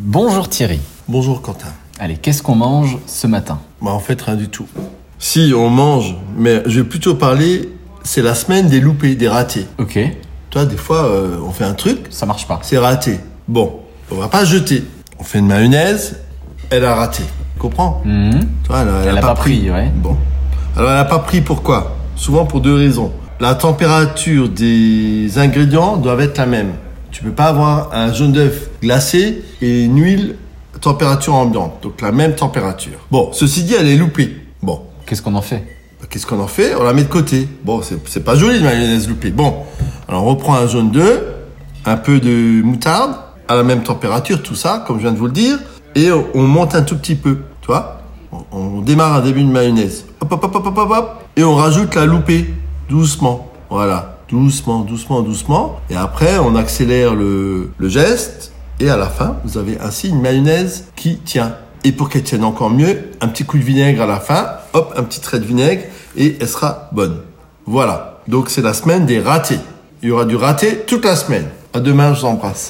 Bonjour Thierry. Bonjour Quentin. Allez, qu'est-ce qu'on mange ce matin Bah en fait rien du tout. Si on mange, mais je vais plutôt parler, c'est la semaine des loupés, des ratés. Ok, Toi des fois euh, on fait un truc, ça marche pas. c'est raté. Bon, on va pas jeter. On fait une mayonnaise, elle a raté. Comprends Hmm, Toi, Ah, elle, Elle a a pas pris, ouais. Bon. Alors elle a pas pris pourquoi Souvent pour deux raisons. La température des ingrédients doivent être la même. Tu peux pas avoir un jaune d'œuf glacé et une huile température ambiante, donc la même température. Bon, ceci dit, elle est loupée. Bon, Qu'est-ce qu'on en fait bah, qu'est-ce qu'on en fait On la met de côté. Bon, c'est c'est pas joli une mayonnaise loupée. Bon, alors on reprend un jaune d'œuf, un peu de moutarde, à la même température, tout ça, comme je viens de vous le dire, et on, on monte un tout petit peu, tu vois on, on démarre un début de mayonnaise. Hop, hop, hop, hop, hop, hop, hop, et on rajoute la loupée, doucement. Voilà, doucement, doucement, doucement. Et après, on accélère le, le geste, et à la fin, vous avez ainsi une mayonnaise qui tient. Et pour qu'elle tienne encore mieux, un petit coup de vinaigre à la fin, hop, un petit trait de vinaigre, et elle sera bonne. Voilà. Donc c'est la semaine des ratés. Il y aura du raté toute la semaine. À demain, je vous embrasse.